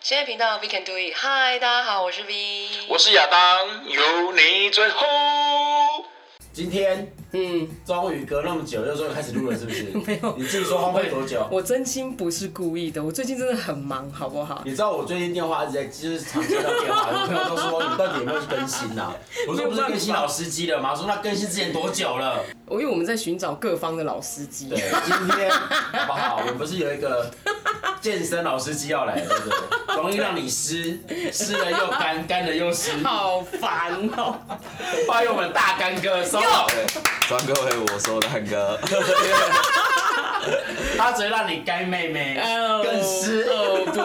深夜频道 We Can Do It。嗨，大家好，我是 V。我是亚当，有你最后。今天嗯，终于隔那么久，又终于开始录了，是不是？ 没有你自己说荒废多久？我真心不是故意的，我最近真的很忙，好不好？你知道我最近电话一直在，就是常接到电话，有朋友都说你到底有没有去更新呐、我说不是更新老司机了吗？说那更新之前多久了？我因为我们在寻找各方的老司机对，，今天好不好？我们不是有一个健身老司机要来，对不对？容易让你湿，湿了又干，干了又湿。好烦哦、欢迎我们大干哥收好了，张各位，我说蛋哥， 他只会让你干妹妹哦更湿。哦不，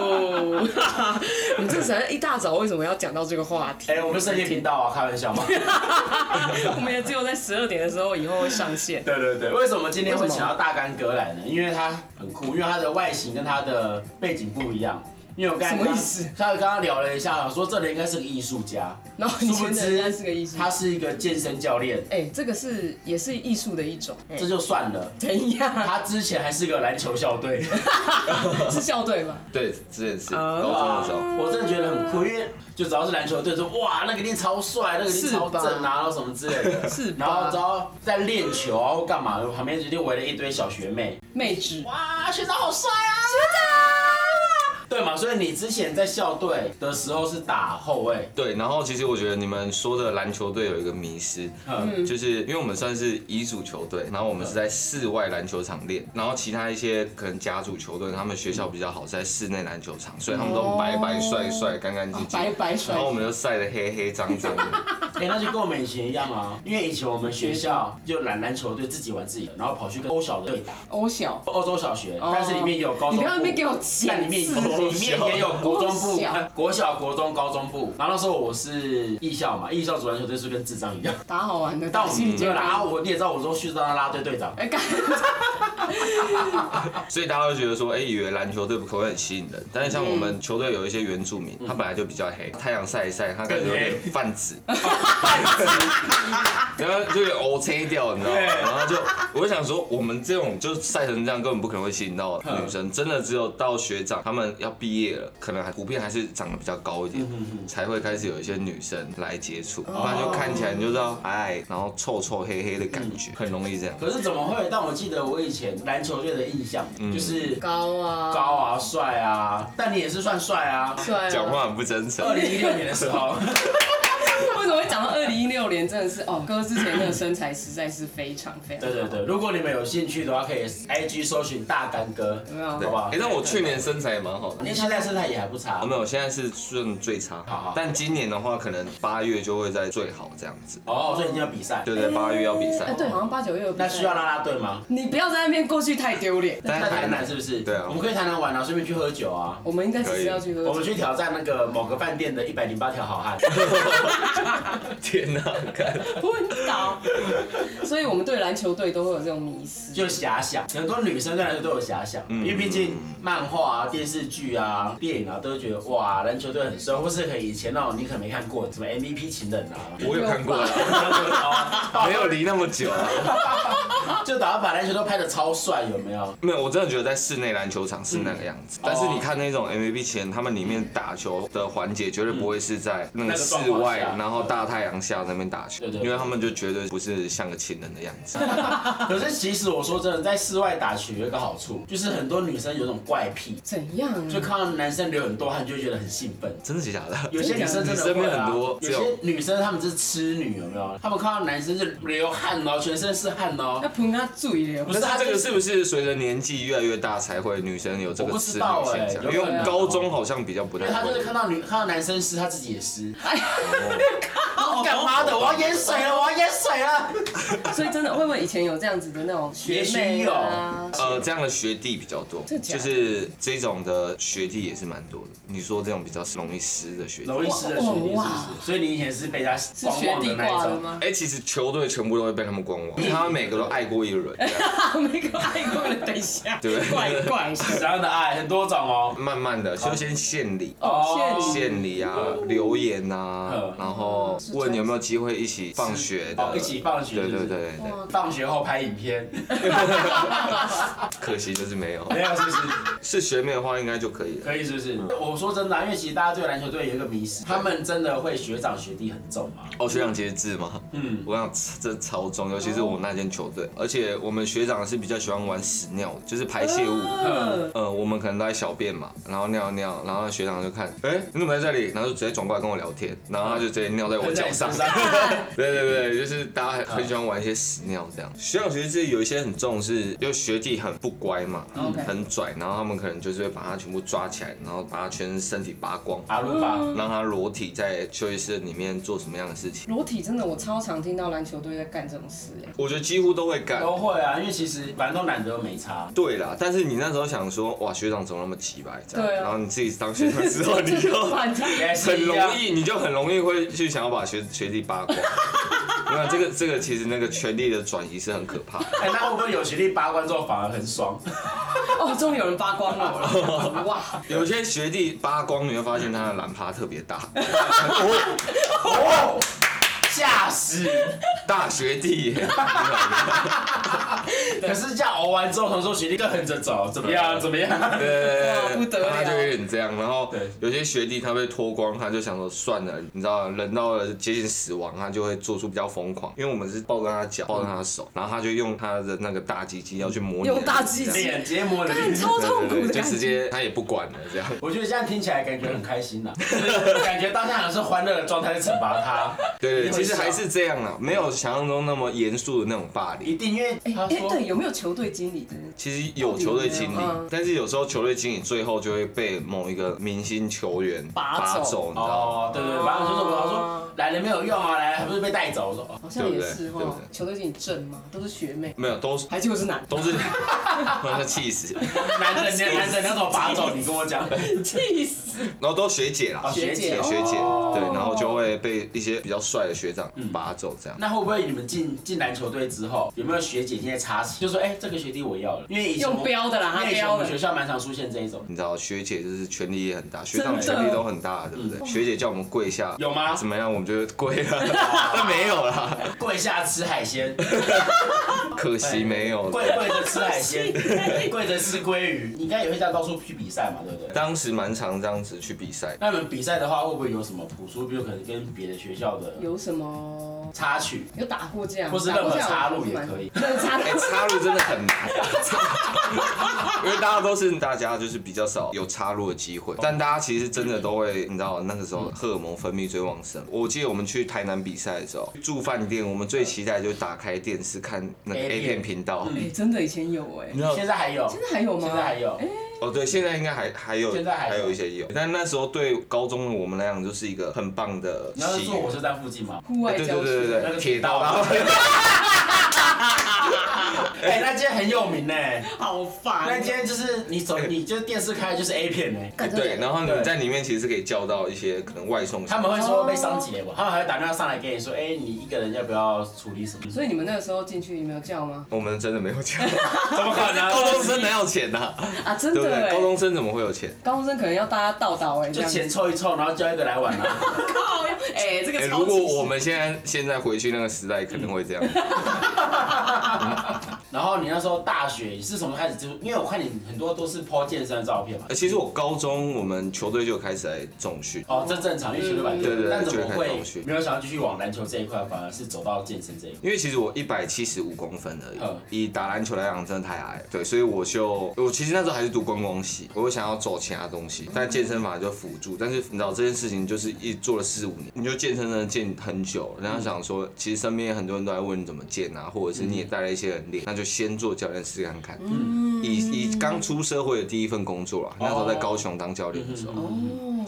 我们这才一大早为什么要讲到这个话 题？哎、我们深夜频道啊，开玩笑 嘛。我们也只有在十二点的时候以后会上线。对对对，为什么今天为会什么请到大干哥来呢？因为他很酷，因为他的外形跟他的背景不一样。因为我刚才什么刚意思他刚刚聊了一下，说这人应该是个艺术家，然后 你殊觉不得知人家是个艺术？他是一个健身教练，哎、这个是也是艺术的一种。哎这就算了。怎 样？他之前还是个篮球校 队，是校队吗？ 对这件事，啊高中的时候，我真的觉得很酷，因为就只要是篮球队，说哇那个一定超帅，那个一定超正是吧啊，然后什么之类的。是吧然后只要在练球啊或干嘛，旁边一定围了一堆小学妹，妹纸。哇，学长好帅啊！学长，对嘛？所以你之前在校队的时候是打后卫，对，然后其实我觉得你们说的篮球队有一个迷失，嗯，就是因为我们算是乙组球队，然后我们是在室外篮球场练，然后其他一些可能甲组球队，他们学校比较好，是在室内篮球场，所以他们都白白帅帅、干干净净，哦白白帅然后我们就晒得黑黑脏脏的，哎、那就跟我们以前一样啊，因为以前我们学校就篮篮球队自己玩自己的，然后跑去跟欧小队打。欧哦小，欧洲小学，哦但是里面也有高中部，你不要在那边给我解释但里面里面也有国中欧 部小、国小、国中、高中部。然后那时候我是艺校嘛，艺校主篮球队是跟智障 一样，打好玩的，但打我心理们没健有啦。啊康。我你也知道，我说去当啦队队长，哎，干，所以大家会觉得说，哎，以为篮球队可能很吸引人，但是像我们球队有一些原住民，他本来就比较黑，太阳晒一晒，他感觉有点泛紫， 然后就有 O C 掉，你知道吗？然后就我就想说，我们这种就晒成这样，根本不可能会吸引到女生。真的只有到学长他们要毕业了，可能还普遍还是长得比较高一点，才会开始有一些女生来接触，不然就看起来你就知道，哎，然后臭臭黑黑的感觉，很容易这样。可是怎么会？但我记得我以前篮球队的印象就是高啊，高啊、帅啊，但你也是算帅啊。帅啊。讲话很不真诚二，零一六年的时候，为什么会讲到二零一六年？真的是哦，哥之前那个身材实在是非常非常。 对对对，如果你们有兴趣的话，可以 IG 搜寻大干哥，有没有好对不好？哎，但我去年身材也蛮好的。你现在身材也还不差哦，没有，现在是顺最差好好，但今年的话，可能八月就会在最好这样子。哦，所以你要比赛，对对，八月要比哎，赛，对，好像八九月有比赛那啊需要啦啦队吗？你不要在那边过去太丢脸。在在台海南南是不是？对啊我们可以台南玩啊，顺便去喝酒啊。我们应该只是要去喝我酒们。去挑战那个某个饭店的一百零八条好 汉。天哪，看昏倒。所以我们对篮球队都会有这种迷思。就遐想，很多女生对篮球都有遐想，嗯因为毕竟漫画啊、电视剧啊、电影啊，都会觉得哇，篮球队很帅，或是可以以前那种你可能没看过，什么 MVP 情人啊， 我有看过 啊，没有离那么久啊。就打算把篮球都拍的超帅，有没有？没有，我真的觉得在室内篮球场是那个样嗯子，但是你看那种 MVP 前，他们里面打球的环节绝对不会是在那个室那个状况外下，然后大太阳下那边打球，对对对因为他们就绝对不是像个情人的样 子。可是其实我说真的，在室外打球有一个好处，就是很多女生有种怪癖，怎样啊？就看到男生流很多汗，就会觉得很兴奋。真的假的？有些女生真的你身会边啊很多有些女生她们是痴女，有没有？她们看到男生就流汗哦，全身是汗哦那。喷他醉了不。是他这个是不是随着年纪越来越大才会女生有这我个不痴知女道哎现象？因为有可能我高中好像比较不因为太她就是会。看到女看到男生湿，她自己也湿。哎，哦，干嘛的？我要淹水了，我要淹水了。所以真的会不会以前有这样子的那种学妹哦啊？呃，这样的学弟比较多，真的假就的是这种的学弟也是蛮多的。你说这种比较容易湿的学弟，容易湿的学弟是不哇是？所以你以前是被他是光学望的弟那挂一的种。吗？ 哎、其实球队全部都会被他们光网，因为他们每个都爱过一轮，这样啊没个爱过 的对象，对不对怪怪的。怎样的爱很多种哦。 慢慢的就先献礼。哦，谢你。献礼啊，留言啊嗯，然后是问有没有机会一起放学哦的，一起放学对是不对是哦对对对，放学后拍影片，可惜就是没有。没有是不是？是学妹的话应该就可以了。可以是不是？我说真的啊、因为其实大家对篮球队有一个迷失，他们真的会学长学弟很重吗？哦，学长节制嘛，嗯，我想这超重，尤其是我那间球队，而且我们学长是比较喜欢玩屎尿的，就是排泄物。嗯，呃，我们可能都在小便嘛，然后尿尿，然后学长就看，哎、你怎么在这里？然后就直接转过来跟我聊天，然后他就直接尿在我脚上。喷在你 对对对，就是大家很很喜欢玩一些屎尿这样。学长学弟有一些很重视，因为学弟很不乖嘛， OK 很拽，然后他们可能就是会把他全部抓起来，然后把他全身身体扒光，阿鲁巴，让他裸体在休息室里面做什么样的事情。裸体真的我超常听到篮球队在干这种事哎。我觉得几乎都会干。都会啊，因为其实反正都懒得又没差。对啦，但是你那时候想说，哇，学长怎么那么奇白这样？对啊然后你自己当学长之后，你就也是很一容样易，你就很容易会去想要把学学弟 扒光。那这个这个其实那个权力的转移是很可怕的。哎、那会不会有学弟八关之后反而很 爽？ 哦，终于有人扒光了我 了，哇！有些学弟扒光，你会发现他的懒趴特别大。哦，吓死！大学弟耶，可是这样熬完之后，同桌学弟更横着走，怎么样？怎么样？呃，不得了他就有点这样。然后对有些学弟他被脱光，他就想说算了，你知道，人到了接近死亡，他就会做出比较疯狂。因为我们是抱着他的脚，抱着他的手，然后他就用他的那个大鸡鸡要去模拟用大鸡 鸡脸直接摸你的干脸。超痛对苦对的对，就感直觉。接他也不管了这样。我觉得这样听起来感觉很开 心呐、就是感觉当下好像是欢乐的状态在惩罚他。对你对，会其实笑还是这样啦，没有想象中那么严肃的那种霸凌。一定，因为哎他哎，说对，有没有球队经理的？其实有球队经理嗯，但是有时候球队经理最后就会被某一个明星球员拔走走，你知道吗？哦，对对，对反正就是我老说来了没有用啊，来了还不是被带走。我说 哦，好像也对是不对对哦不，对球队经理正吗？都是学妹，没有，都是还结果是男的，都是， 那气死。男人连男人要怎么拔走？你跟我讲，气死！然后都学姐啦哦， 学姐学姐，哦对，然后就会被一些比较帅的学嗯长拔走这样。那会不会你们进进篮球队之后，有没有学姐现在插旗，就说哎、这个学弟我要了？因为以前我用标的啦，因他为以前我标们的学。校蛮常出现这一种，你知道学姐就是权力也很大，学真长的权力都很大，对不对？学姐叫我们跪下，嗯啊有吗怎么样，我们就跪了，那 没 有啦，跪下吃海鲜，可惜没有。跪跪着吃海 鲜，跪着吃鲑鱼。你应该也会这样到处去比赛嘛，对不对？当时蛮常这样子去比赛，那你们比赛的话，会不会有什么朴素，比如可能跟别的学校的有什么？插曲，有打过架吗，或是任何打过架插入也可以任何插入哎、插入真的很难，因为大家都是大家就是比较少有插入的机会，但大家其实真的都会，你知道那个时候荷尔蒙分泌最旺盛。我记得我们去台南比赛的时候，住饭店，我们最期待就是打开电视看那个 A 片 A 嗯片频道， 哎，真的以前有哎你，知道现在还有，现在还有吗？现在还有哎，哦，对，现在应该还还有，现在还有有一些有，但那时候对高中的我们来讲就是一个很棒的你要是吸坐引火。车站附近吗？户外对对教对对那学。对，个铁道铁道 啦，哎、那间很有名呢、好烦那间就是你走，你就电视开就是 A 片呢、对，然后对你在里面其实可以叫到一些可能外送他们会说被伤及了我，他们还会打电话上来跟你说，哎、你一个人要不要处理什么？所以你们那个时候进去，你们有叫吗？我们真的没 有钱，怎么可能高中生哪有钱呐、啊，真 对不的对？哎高，中生怎么会有 钱？高中生可能要大家倒倒哎，这就样钱凑一凑，然后叫一个来玩 啊。靠呀，哎，这哎、个超如果级我们现在现在回去那个时代，可能会 这样。然后你那时候大学你是从开始接触？因为我看你很多都是 po 健身的照片嘛呃。其实我高中我们球队就开始来重训，哦，这正常，因为学版嗯对对对但怎么就会开始会倒叙没有想要继续往篮球这一块，反而是走到健身这一块？因为其实我一百七十五公分而嗯已，以打篮球来讲真的太矮了，对，所以我就我其实那时候还是读观光系，我想要走其他东西，但健身房就辅助。但是你知道这件事情就是一做了四五年，你就健身真的健很久，人家想说，其实身边很多人都在问你怎么健啊，或者是你也带了一些人练，那就先做教练试看看。以以刚出社会的第一份工作啊，那时候在高雄当教练的时候哦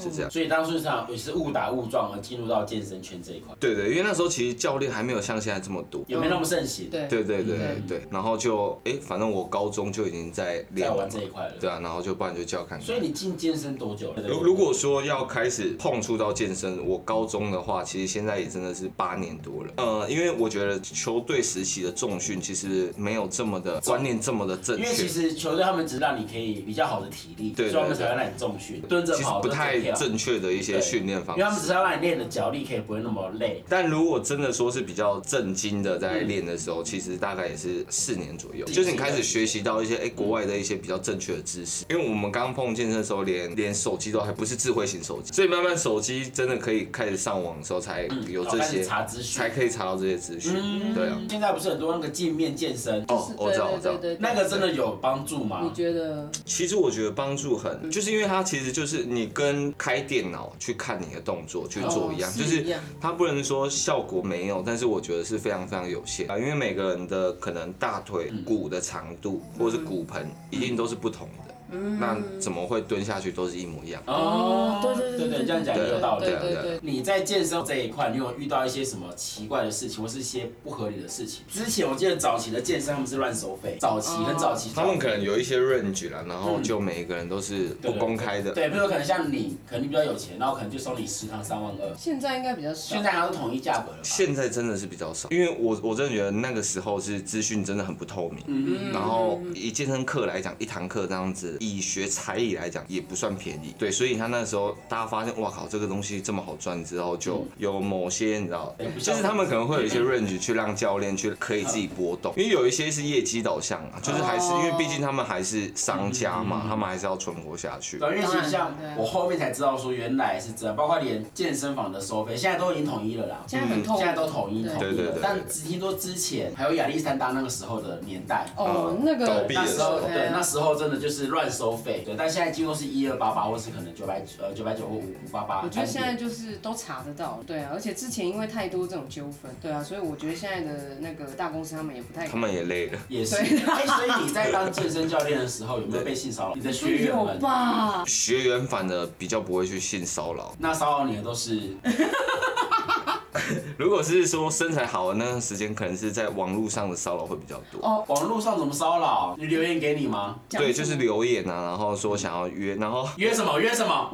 是这样。所以当初上也是误打误撞而进入到健身圈这一块，对对，因为那时候其实教练还没有像现在这么多。也没那么盛行。，对对对对对嗯对，然后就哎，反正我高中就已经在在练了玩嘛这一块了。对啊，然后就不然就叫看所看。以你进健身多久了？如如果说要开始碰触到健身，我高中的话，其实现在也真的是八年多了。呃，因为我觉得球队时期的重训其实没有有这么的观念这么的正因为其。确实球队他们只让你可以比较好的体力，对对所以他们才会让你重训，蹲着其实跑，不太蹲着跳正确的一些训练因方为他们式。只是要让你练的脚力可以不会那么累。但如果真的说是比较正经的在练的时候，其实大概也是四年左右，就是你啊开始学习到一些哎、国外的一些比较正确的知识。嗯因为我们刚碰健身的时候，连连手机都还不是智慧型手机，所以慢慢手机真的可以开始上网的时候，才有然后这嗯开始些查资讯嗯才可以查到这些资讯。对啊，现在不是很多那个镜面健身，哦，我知道，我知道。那个真的有帮助吗你？觉得其实我觉得帮助很，就是因为它其实就是你跟开电脑去看你的动作去做一样，哦就是是一样它不能说效果没有，但是我觉得是非常非常有限啊，因为每个人的可能大腿嗯骨的长度或者是骨盆一定都是不同的，那怎么会蹲下去都是一模一样？哦，对对对对对，这样讲也有道理对。对对对，对你在健身这一块，你有遇到一些什么奇怪的事情，或是一些不合理的事情？之前我记得早期的健身他们是乱收费，早期很早期，他们可能有一些 range 啦，然后就每一个人都是不公开的，嗯对，比如说可能像你，可能你比较有钱，然后可能就收你十堂三万二，现在应该比较少。现在还是统一价格了吧？现在真的是比较少，因为我我真的觉得那个时候是资讯真的很不透明，然后以健身课来讲，一堂课这样子，以学才艺来讲也不算便宜，对，所以他那时候大家发现，哇靠，这个东西这么好赚之后，就有某些你知道哎不，就是他们可能会有一些 range 去让教练去可以自己波动，因为有一些是业绩导向啊，就是还是因为毕竟他们还是商家嘛，他们还是要存活下去对，。因为其实像当然对我后面才知道说原来是这样，包括连健身房的收费现在都已经统一了啦。现在很痛，现在都统一统对一了，对对对对但只听说之前还有亚历山大那个时候的年代，哦，那个呃倒闭那的时候对啊对，那时候真的就是乱收费，对，但现在几乎是一二八八，或是可能九百呃九百九或五五八八。哎我觉得现在就是都查得到，对啊，而且之前因为太多这种纠纷，对啊，所以我觉得现在的那个大公司他们也不太他们也累了，也是，对哎，所以你在当健身教练的时候有没有被性骚扰？你的学员有们，吧？学员反而比较不会去性骚扰。那骚扰你的都是如果是说身材好的那段时间，可能是在网络上的骚扰会比较多。哦，网络上怎么骚扰？你留言给你吗？对，就是留言啊，然后说想要约，然后 约什么？约什么？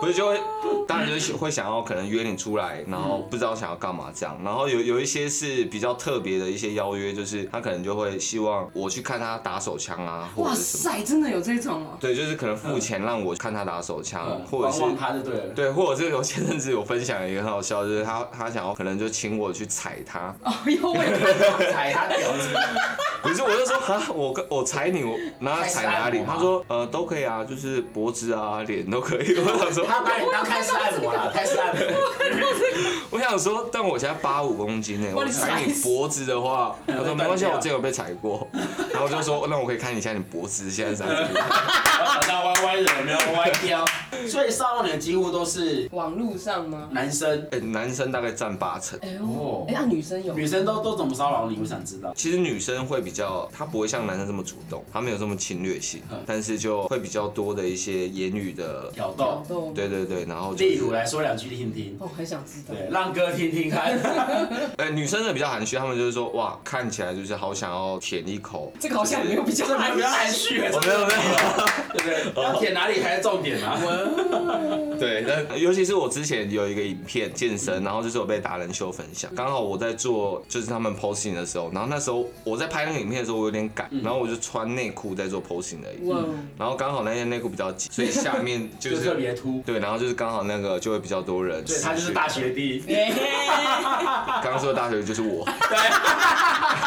不是就会，当然就是会想要可能约你出来，然后不知道想要干嘛这样。然后有有一些是比较特别的一些邀约，就是他可能就会希望我去看他打手枪啊，或哇者是什么。塞，真的有这种哦，对，就是可能付钱让我看他打嗯手枪，或者是观望呃他就对了。对，或者是有前阵子有分享一个很好笑，就是他他想要可能就请我去踩他，哦， 又 问， 踩他屌子，不是，我就说哈，我跟我踩你，我拿踩哪里？开始按摩吗他说呃都可以啊，就是脖子啊、脸都可以。 我想说， 他把你当开式按摩啦，开式 按摩。我想说，但我现在八五公斤呢，哇我你踩踩你死脖子的话，他说断没关系，掉我之前有被踩过。然后我就说，那我可以看一下你脖子现在是怎么样？好像歪歪的，没有歪掉。 所以骚扰你的几乎都是网络上吗？男生，哎男生大概占八成。哎哦呦，哎，那女生有，女生都都怎么骚扰你？我想知道。其实女生会比较，她不会像男生这么主动，她没有这么侵略性嗯，但是就会比较多的一些言语的，挑有逗，都，对对对，然后就例如是，来说两句听听。哦，很想知道，对，让哥听听 看。呃，女生的比较含蓄，她们就是说，哇，看起来就是好想要舔一口，这个好像没有比较这没有比较含蓄，我没有没有， 对不对？要舔哪里才是重点啊。对，但尤其是我之前有一个影片健身，然后就是有被达人秀分享，刚好我在做就是他们 posing 的时候，然后那时候我在拍那个影片的时候，我有点嗯赶，然后我就穿内裤在做 posing 的影 片，哇哦，然后刚好那件内裤比较紧，所以下 面就就是特别突，对，然后就是刚好那个就会比较多人，对他就是大，学 弟。嘿嘿刚刚说的大学就是我，啊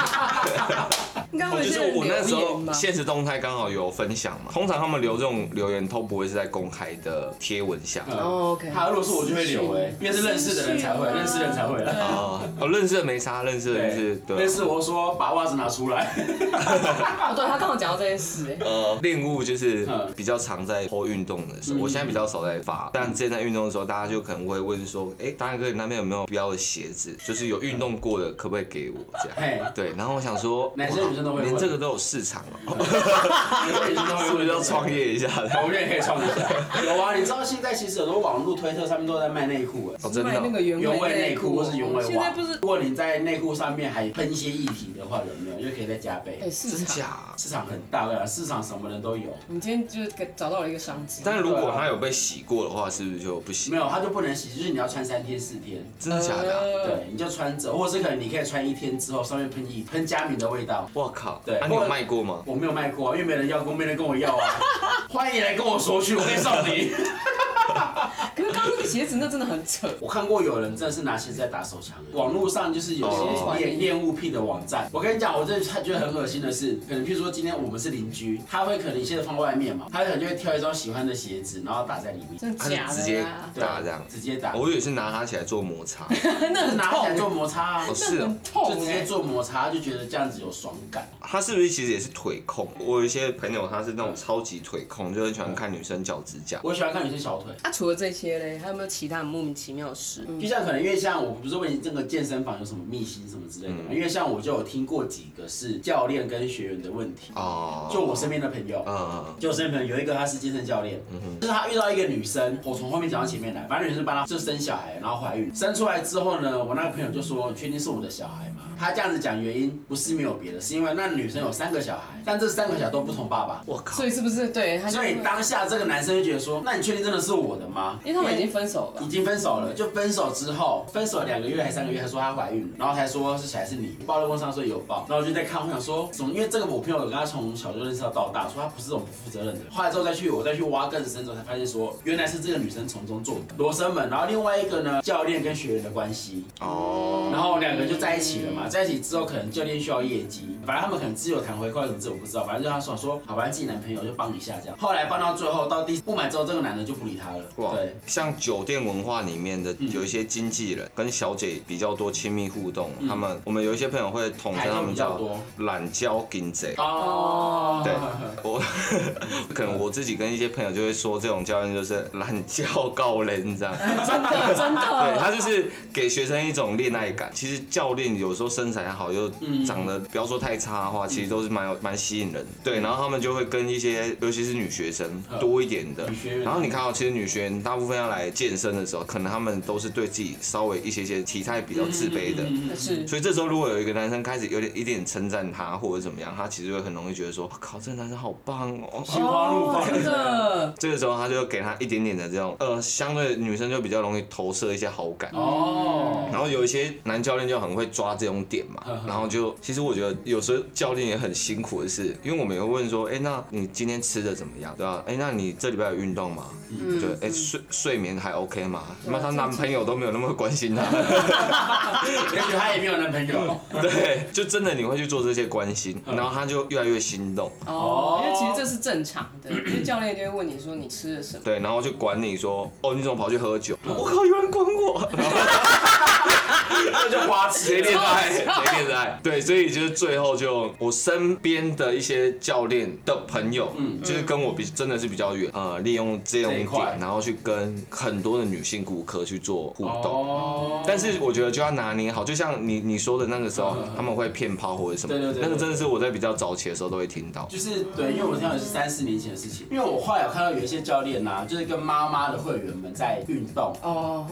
应该会哦有就是些人我那时留候言吧现实动态刚好有分享嘛，通常他们留这种留言都不会是在公开的贴文下。哦，OK 嗯他如果是我就会留哎，因为是认识的人才会，私认识讯啊人才会啊。啊，哦，认识的没差，认识的就是对，啊认识我说把袜子拿出来。 哦，对他刚好讲到这件事，哎，呃，练物就是嗯比较常在抛运动的时候，我现在比较少在发，但之前在运动的时候，大家就可能会问说，哎，大哥，你那边有没有标的鞋子？就是有运动过的，可不可以给我这样？ 嘿，对，然后我想说，男生哇女生都会问连这个都有市场哦，是是不是要创？业一下 的？我们也可以创业。有啊，你知道现在其实很多网络推特上面都在卖内裤哎。哦，真的卖那个哦，原原味内裤裤或是原味袜，现在不是如，果你在内裤上面还喷一些液体的话，有没有就可以再加倍哎，？市真场，假？市场很大的，市场什么人都有。你今天就是给找到了一个商机，但如果它有被洗过的话，是不是就不行没？有，它就不能洗，就是你要穿三天四天。真的假的啊？呃对，你就穿着，或者是可能你可以穿一天之后，上面喷一喷加冕的味道，哇我靠，对啊，你有卖过吗？我没有卖过啊，因为没人要过，没人跟我要 啊。欢迎来跟我索取，我可以送你。可是刚刚那个鞋子那真的很扯，我看过有人真的是拿鞋子在打手枪，网络上就是有哦些恋恋物癖的网站。我跟你讲，我真的觉得很恶心的是，可能譬如说今天我们是邻居，他会可能鞋子放外面嘛，他可能就会挑一双喜欢的鞋子，然后打在里面，真的他是假直接的啊？对啊打这样哦直接打，我以为是拿它起来做摩 擦，就那是很拿起来痛，做摩擦啊哦，是哦很。痛就直接欸做摩擦，就觉得这样子有爽感。他是不是其实也是腿控？我有一些朋友他是那种超级腿控，就很喜欢看女生脚指甲。我喜欢看女生小腿。啊，除了这些嘞，还有没有其他很莫名其妙的事？嗯就像可能因为像我不是问你这个健身房有什么秘辛什么之类的嘛，嗯因为像我就有听过几个是教练跟学员的问题，哦，就我身边的朋友。嗯，就我身边朋友有一个，他是健身教练，就是他遇到一个女生，我从后面讲到前面来，反正女生帮他就生小孩，然后怀孕，生出来之后呢，我那个朋友就说，你确定是我的小孩吗？他这样子讲原因不是没有别的，是因为那女生有三个小孩，但这三个小孩都不同爸爸，我靠所，以是不是对？他就所以当下这个男生就觉得说，那你确定真的是我的吗？因为他们已经分手了已 吧，经分手了，就分手之后，分手两个月还三个月，还说她怀孕了，然后才说是小孩是你，报了婚上说有报，然后我就在看，我想说怎么，因为这个我朋友跟他从小就认识到大，说他不是这种不负责任的人。后来之后再去我再去挖更深之后，才发现说原来是这个女生从中做的罗生门，然后另外一个呢教练跟学员的关系，哦，然后两个就在一起了嘛，在一起之后可能教练需要业绩，反正他们可能自由谈回馈什么这我不知道，反正就他想说，好吧，自己男朋友就帮一下这样。后来帮到最后到第不满之后，这个男的就不理他了，哇对。，嗯像酒店文化里面的有一些经纪人跟小姐比较多亲密互动，他们我们有一些朋友会统称他台中们嗯叫比较懒交金贼。哦，对我 可能我自己跟一些朋友就会说，这种教练就是懒教高人这样。真的真对的。 他就是给学生一种恋爱感。其实教练有时候身材好又嗯长得不要说太差的话，其实都是蛮有蛮吸引人。嗯对，然后他们就会跟一些，尤其是女学生多一点的女学员。然后你看到，哦其实女学员大部分要来健身的时候，可能他们都是对自己稍微一些些体态比较自卑嗯的。是，所以这时候，如果有一个男生开始有点一点称赞她或者怎么样，她其实会很容易觉得说：“靠，这个男生好棒哦！”心花怒放哦 真的，这个时候，他就给她一点点的这种，呃，相对女生就比较容易投射一些好感。哦，然后有一些男教练就很会抓这种点嘛，然后就其实我觉得有时候教练也很辛苦的是，因为我们也会问说，哎，那你今天吃的怎么样，对吧、哎，那你这礼拜有运动吗？对，哎，睡睡眠还 OK 吗？那她男朋友都没有那么关心她，也许她也没有男朋友。 对，就真的你会去做这些关心，嗯然后她就越来越心动，哦哦，因为其实这是正常的，因为教练就会问你说你吃了什么，对，然后就管你说，哦，你怎么跑去喝酒？嗯我靠，有人管我， 那就花痴谁了恋爱？谁恋 爱？对，所以就是最后就我身边的一些教练的朋友，嗯，就是跟我比真的是比较远，呃，利用这种这一块点，然后去跟很多的女性顾客去做互动。哦，但是我觉得就要拿捏好，就像你你说的那个时候，他们会骗炮或者什嗯么，对对对对那个真的是我在比较早期的时候都会听到。就是对，因为我听到的是三四年前的事情，因为我后来有看到有一些教练呐、就是跟妈妈的会员们在运动。哦，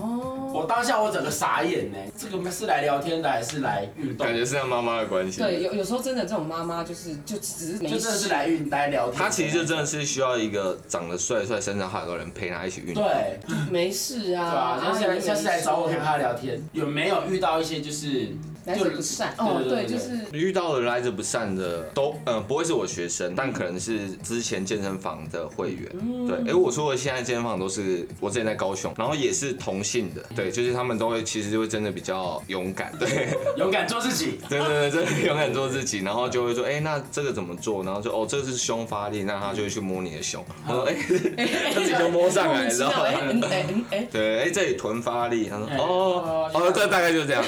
我当下我整个傻眼呢，这个是来聊天的还是来运动感？觉是他妈妈的关系，对，有有时候真的这种妈妈就是就只是没就真的是事，来运来聊天的。他其实就真的是需要一个长得帅帅、身材好的人陪他一起运动。对，没事对吧啊？，下次来下次来找啊我可以陪他他聊天。有没有遇到一些就是啊来者不善哦，对，就是遇到的来者不善的都，呃，不会是我学生，但可能是之前健身房的会员。对，哎、我说的现在健身房都是我之前在高雄，然后也是同性的，对，就是他们都会其实就会真的比较勇敢，对， 勇敢做自己。对对对，真的勇敢做自己，然后就会说，哎、那这个怎么做？然后就哦，这个是胸发力，那他就会去摸你的胸，他说，哎、自己就摸上来，莫名其然妙后。哎嗯哎嗯哎， 对，哎、这里臀发力，他说哎哦哦哦，对，大概就是这样。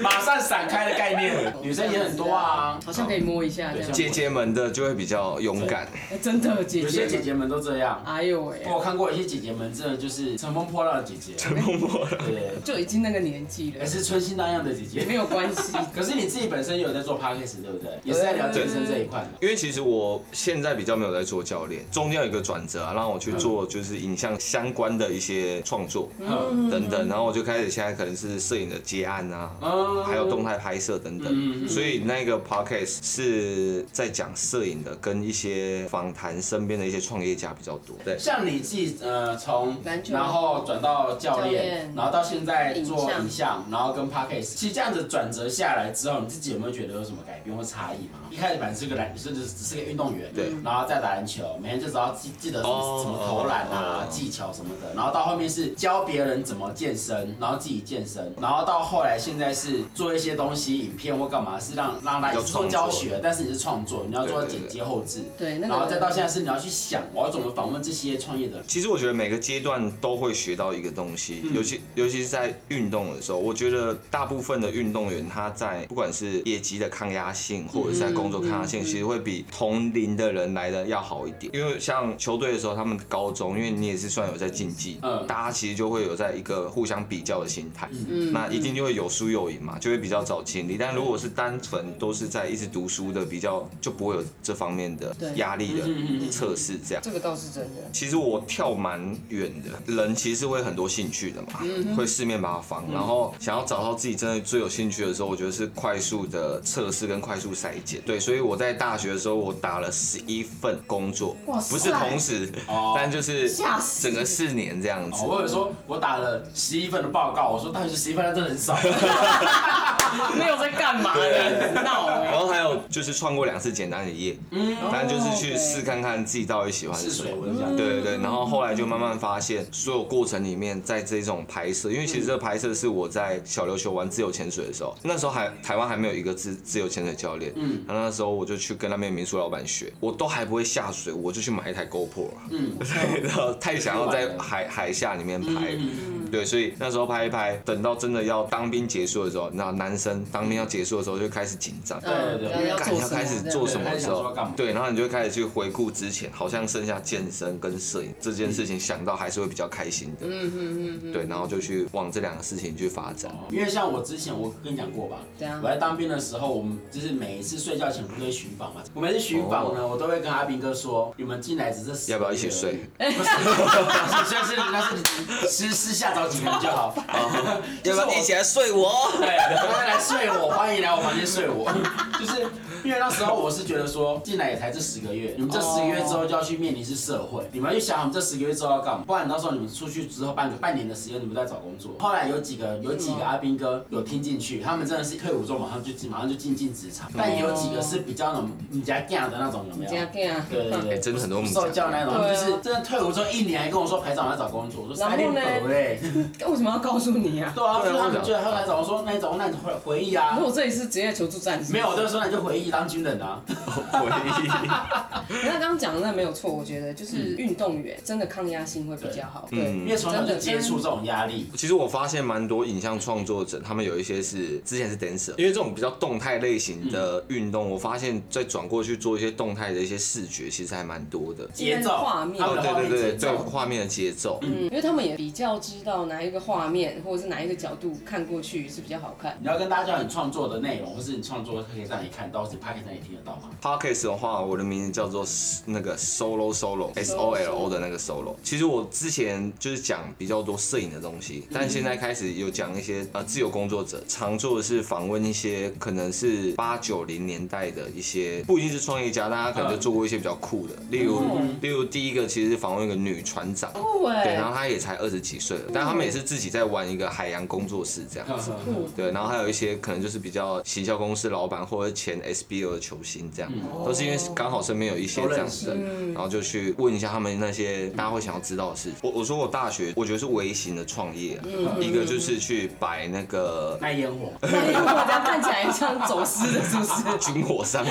马上闪开的概念，女生也很多啊。好像可以摸一下这样，姐姐们的就会比较 勇敢，哎真的姐有些姐姐，姐哦们都这样，哎呦喂，我看过一些姐姐们，真的就是乘风破浪的姐姐，默默的。对，就已经那个年纪也了，是春心荡漾的姐没姐。有关系，可是你自己本身有在做 podcast 对不对？也是在聊健身这一块嘛。因为其实我现在比较没有在做教练，中间有一个转折啊，让我去做就是影像相关的一些创作嗯，等等，然后我就开始现在可能是摄影的接案啊，哦还有动态拍摄等嗯嗯嗯等。所以那个 podcast 是在讲摄影的，跟一些访谈身边的一些创业家比较多。对，像你自己呃从篮球然后转到教教练练，然后到现在做影像影像，然后跟 podcast，其实这样子转折下来之后，你自己有没有觉得有什么改变或差异吗？一开始本来是个篮，是只只是个运动员，对，然后再打篮球，每天就只要记记得什么哦什么投篮哦啊哦、技巧什么的，然后到后面是教别人怎么健身，然后自己健身，然后到后来现在是做一些东西，影片或干嘛，是让让大家要做创作教学，但是你是创作，你要做对对剪对接后置，对那个然后再到现在是你要去想我要怎么访问这些创业的人。其实我觉得每个阶段都会学到一个东西，尤其尤其是在运动的时候，我觉得大部分的运动员他在不管是业绩的抗压性，或者是在工作抗压性，其实会比同龄的人来的要好一点。因为像球队的时候，他们高中，因为你也是算有在竞技，嗯大家其实就会有在一个互相比较的心态，那一定就会有输有赢嘛，就会比较早清理。但如果是单纯都是在一直读书的，比较就不会有这方面的对压力的测试这样。这个倒是真 的。其实我跳蛮远的，人其实会很多兴趣的嘛，嗯会四面八方，然后想要找到自己真的最有兴趣的时候，我觉得是快速的测试跟快速筛检。对，所以我在大学的时候，我打了十一份工作哇，塞不是同时哦，但就是吓死整个四年这样子哦，。我有说我打了十一份的报告，我说大学十一份那真的很 少。没有在干嘛的，闹然哎。后还有就是创过两次简单的业，但哦就是去试看看自己到底喜欢嗯是什水么。我就嗯讲，对对对，然后后来就慢慢发现，所有过程里面，在这种拍摄，因为其实这个拍摄是我在小琉球玩自由潜水的时候，那时候还台湾还没有一个自自由潜水教练，嗯，然后那时候我就去跟那边民宿老板学，我都还不会下水，我就去买一台 GoPro 了， 嗯，然后太想要在海海下里面拍，对，所以那时候拍一拍，等到真的要当兵结束的时候，那男生当兵要结束的时候就开始紧张，对对对要要干做啊要什么开始做什么对开的时始想说要候干嘛，对，然后你就开始去回顾之前，好像剩下健身跟摄影这件嗯事情，想到还是会比较开心的。嗯嗯嗯。对，然后就去往这两个事情去发展。因为像我之前我跟你讲过吧，对啊我在当兵的时候，我们就是每一次睡觉前不是会巡访嘛，我每次巡访哦呢，我都会跟阿兵哥说，你们进来只是要不要一 起睡？ 不是，啊那是那是私私下找几个人就 好。就是我来睡我？ 对，欢迎来睡我，欢迎来我房间睡我。就是因为那时候我是觉得说，进来也才这十个月，你们这十个月之后就要去面临是社会，你们要去想你们这十个月之后要干嘛，不然到时候你们出去之后半个半年的时间，你们在找工作。后来有几个有几个阿兵哥有听进去，他们真的是退伍之后马上就进马上就进进职场，但也有几个是比较那种你家 g 的那种，有没有？加干啊！对对对，哎真的很多我们受教那种，对啊就是真的退伍之后一年还跟我说排长我要找工作，我说然后三点呢五嘞。为什么要告诉你啊？对啊，对啊就是他们就后我想来找我说那一种，那你回回忆可啊是，我这里是职业求助站，是不是没有，我就说那你就回忆当军人啊。那刚刚讲的那没有错，我觉得就是嗯运动员真的抗压性会比较好。对，嗯因为从小就接触这种压力， 其实我发现蛮多影像创作者，他们有一些是之前是 dancer，因为这种比较动态类型嗯的运动，我发现再转过去做一些动态的一些视觉，其实还蛮多的。节奏，画面他们的画对面对节对对，奏，画面的节奏。嗯，因为他们也比较知道哪一个画面或者是哪一个角度看过去是比较好看。你要跟大家讲你创作的内容，或是你创作可以让你看到，或是拍可以让你听得到嘛。 Podcast 的话，我的名字叫做 S- 那个 Solo Solo S O L O 的那个 Solo。其实我之前就是讲比较多摄影的东西，但现在开始有讲一些呃自由工作者，常做的是访问一些可能是八九零年代的一些，不一定是创业家，但他可能就做过一些比较酷的，例如嗯例如第一个其实是访问一个女船长。酷哦对，然哎，后她也才二十几岁了，但他们也是自己在玩一个海洋工作室这样子。酷，对，然后还有一些可能就是比较行销公司老板或者前 SBO 的球星这样，都是因为刚好身边有一些这样子的人，然后就去问一下他们那些大家会想要知道的事情。我我说我大学我觉得是微型的创业啊、一个就是去摆那个卖烟 火，那因为我这样看起来像走私的，是不 是？军火商。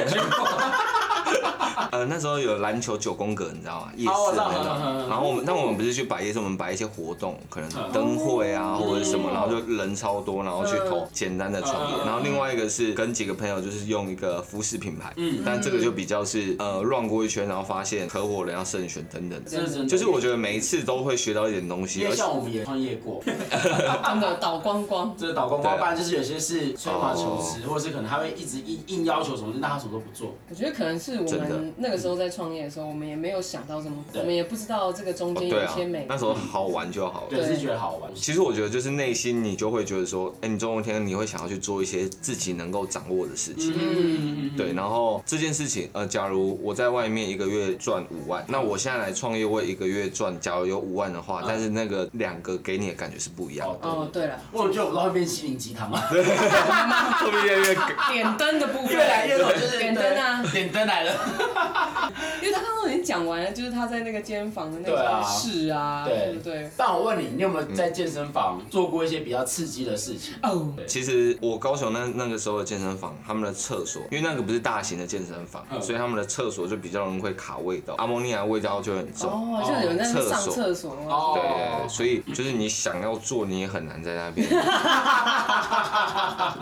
呃，那时候有篮球九宫格，你知道吗？夜市哦我知道那嗯嗯嗯种。然后我们，那我们不是去摆夜市，我们摆一些活动，可能灯会啊嗯或者什么，然后就人超多，然后去投简单的创哦嗯嗯业。嗯然后另外一个是跟几个朋友，就是用一个服饰品牌，嗯但这个就比较是呃乱过一圈，然后发现合伙人要慎选等等的。真的真的。就是我觉得每一次都会学到一点东西，因而为且像我们也创业 过，真的倒光光。就是导公对包啊办，就是有些是哦吹毛求疵，或是可能他会一直硬硬要求什么，但他什么都不做。我觉得可能是我真的们那个时候在创业的时候，我们也没有想到这么，对我们也不知道这个中间对有一啊些美，。那时候好玩就好了。对，是觉得好玩。其实我觉得就是内心你就会觉得说，哎、你总有一天你会想要去做一些自己能够掌握的事情。嗯，对，然后这件事情，呃，假如我在外面一个月赚嗯五万，那我现在来创业，我也一个月赚，假如有五万的话，嗯但是那个两个给你的感觉是不一样的。哦，对了，我觉得我们都会变心灵鸡汤啊，后面越来越点灯的部分， 越来越多就是点灯啊，点灯来了，因为他刚刚已经讲完了，就是他在那个健身房的那对啊个事啊，对对不对？但我问你，你有没有在健身房做过一些比较刺激的事情？哦， 其实我高雄那那个时候的健身房，他们的厕所，因为那个不是大型的健身房，嗯所以他们的厕所就比较容易会卡味道，阿莫尼亚味道就会很重。哦，就是有人在那边上厕所哦哦，对所以就是你想要做，你也很难在 那边，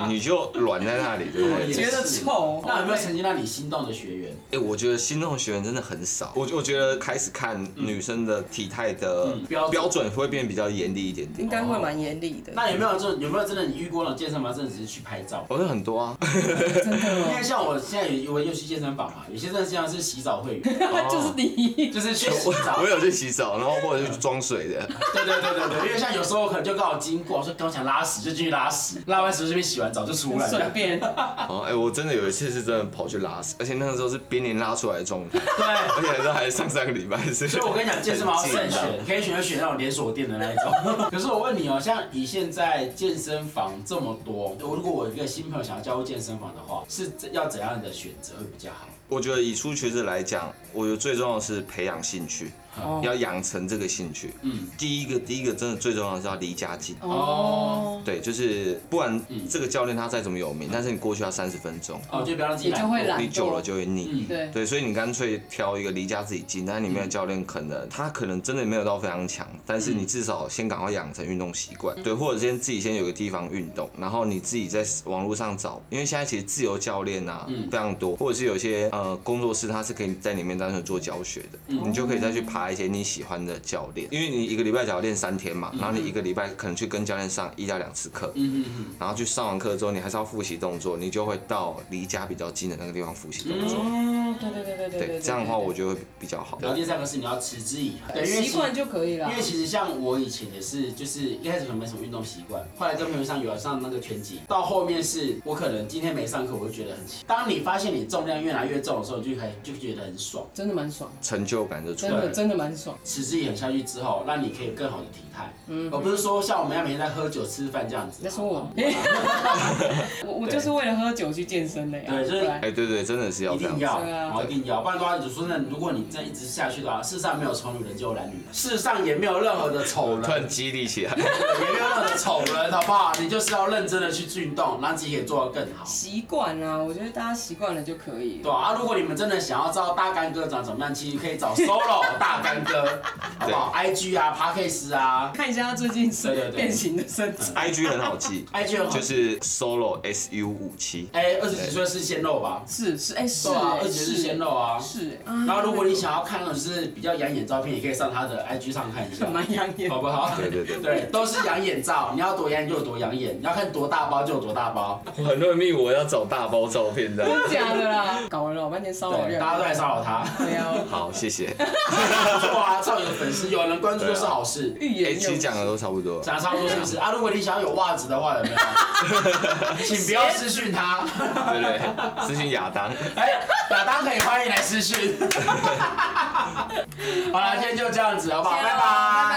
你就软在那里，对哦不对？觉得臭那有没有曾经让你心动的学员？哎、我觉得心动的学员真的很少。我我觉得开始看女生的体态的嗯标准标准会变比较严厉一点点应。该会蛮严厉的。那有没有这有没有真的你遇过那种健身房真的只是去拍照？我、哦、有很多啊，嗯因为像我现在有我有去健身房嘛，有些真的像是洗澡会 员， 就是你，就是去 洗澡我。有去洗澡，然后或者是去装水 的。对对对对对，因为像有时候可能就刚好经过，我说刚想拉屎就进去拉屎，拉完屎这边洗完澡就出来很随了。 便。哦，哎、我真的有一次是真的跑去拉屎，而且那个时候是濒临拉出来的状态，对。而且这还是上上个礼拜是。所以我跟你讲，健身房要慎很紧张选，可以选就选那种连锁店的那一种。可是我问你哦、像以现在健身房这么多，我如果我有一个新朋友想要加入健身房的话，是要怎样的选择会比较好？我觉得以初学者来讲，我觉得最重要的是培养兴趣，哦要养成这个兴趣。嗯，第一个，第一个真的最重要的是要离家近。哦，对，就是不然嗯这个教练他再怎么有名，但是你过去要三十分钟，哦，就不要让自己你就会懒懒你久了就会腻。惰。嗯，对，对，所以你干脆挑一个离家自己近，但是里嗯面的教练可能他可能真的没有到非常强，但是你至少先赶快养成运动习惯，嗯对，或者先自己先有个地方运动，然后你自己在网络上找，因为现在其实自由教练啊嗯非常多，或者是有些呃工作室它是可以在里面单纯做教学的，嗯你就可以再去爬一些你喜欢的教练，因为你一个礼拜只要练三天嘛，然后你一个礼拜可能去跟教练上一到两次课，嗯嗯嗯。然后去上完课之后你还是要复习动作，你就会到离家比较近的那个地方复习动作。嗯，对对对对对对对，对，这样的话我觉得会比较好。然后第三个是你要持之以恒，对，因为习其实惯就可以了因。为其实像我以前也是，就是一开始可能没什么运动习惯，后来跟朋友上有上那个拳击，到后面是我可能今天没上课，我就觉得很奇。当你发现你重量越来越重的时候，你就很就觉得很爽。真的蛮爽，成就感就出真来的了。真的蛮爽。持之以恒下去之后，让你可以有更好的体态，嗯，而不是说像我们要每天在喝酒吃饭这样子。你在 说我？我我就是为了喝酒去健身的呀。对就是不然哎，对对，真的是要一这样定子。要，对啊然后一定要，不然的话，你说真的，如果你真一直下去的话，世上没有丑女人，只有男女人，世上也没有任何的 丑人突，然激励起来，也没有任何的丑人，好不好？你就是要认真的去运动，让自己可以做得更好。习惯啊，我觉得大家习惯了就可以了。对啊，啊如果你们真的想要知道大干哥长怎么样，其实可以找 solo 大干哥，好不好？IG 啊 p a r k a s 啊看一下他最近对对是对嗯变形的身材， ，IG 很好记， ，IG 很好就是 Solo S U 五七。哎，二十几岁是鲜肉吧？是是哎是对啊，哎二十几岁是鲜肉啊。是哎，然后如果你想要看的是比较养眼照片，也可以上他的 IG 上看一下很。 蛮养眼好。不好？对对对对，都是养眼照，你要多养眼就有多养眼，你要看多大包就有多大包。很多人密我要找大包照片的。真的假的啦？搞了老半天骚扰对，人，大家都来骚扰 他，对啊， 好，谢谢。不错啊，造有粉丝，有人关注就是好事。欲哎，言其又实讲的止。都差不 多。讲得差不多是不是啊？如果你想要有袜子的话， 有没有？请不要私讯他。对不对，私信亚当。哎，亚当 可以欢迎来私讯。好了，今天就这样子，好不好？谢拜喽拜，拜拜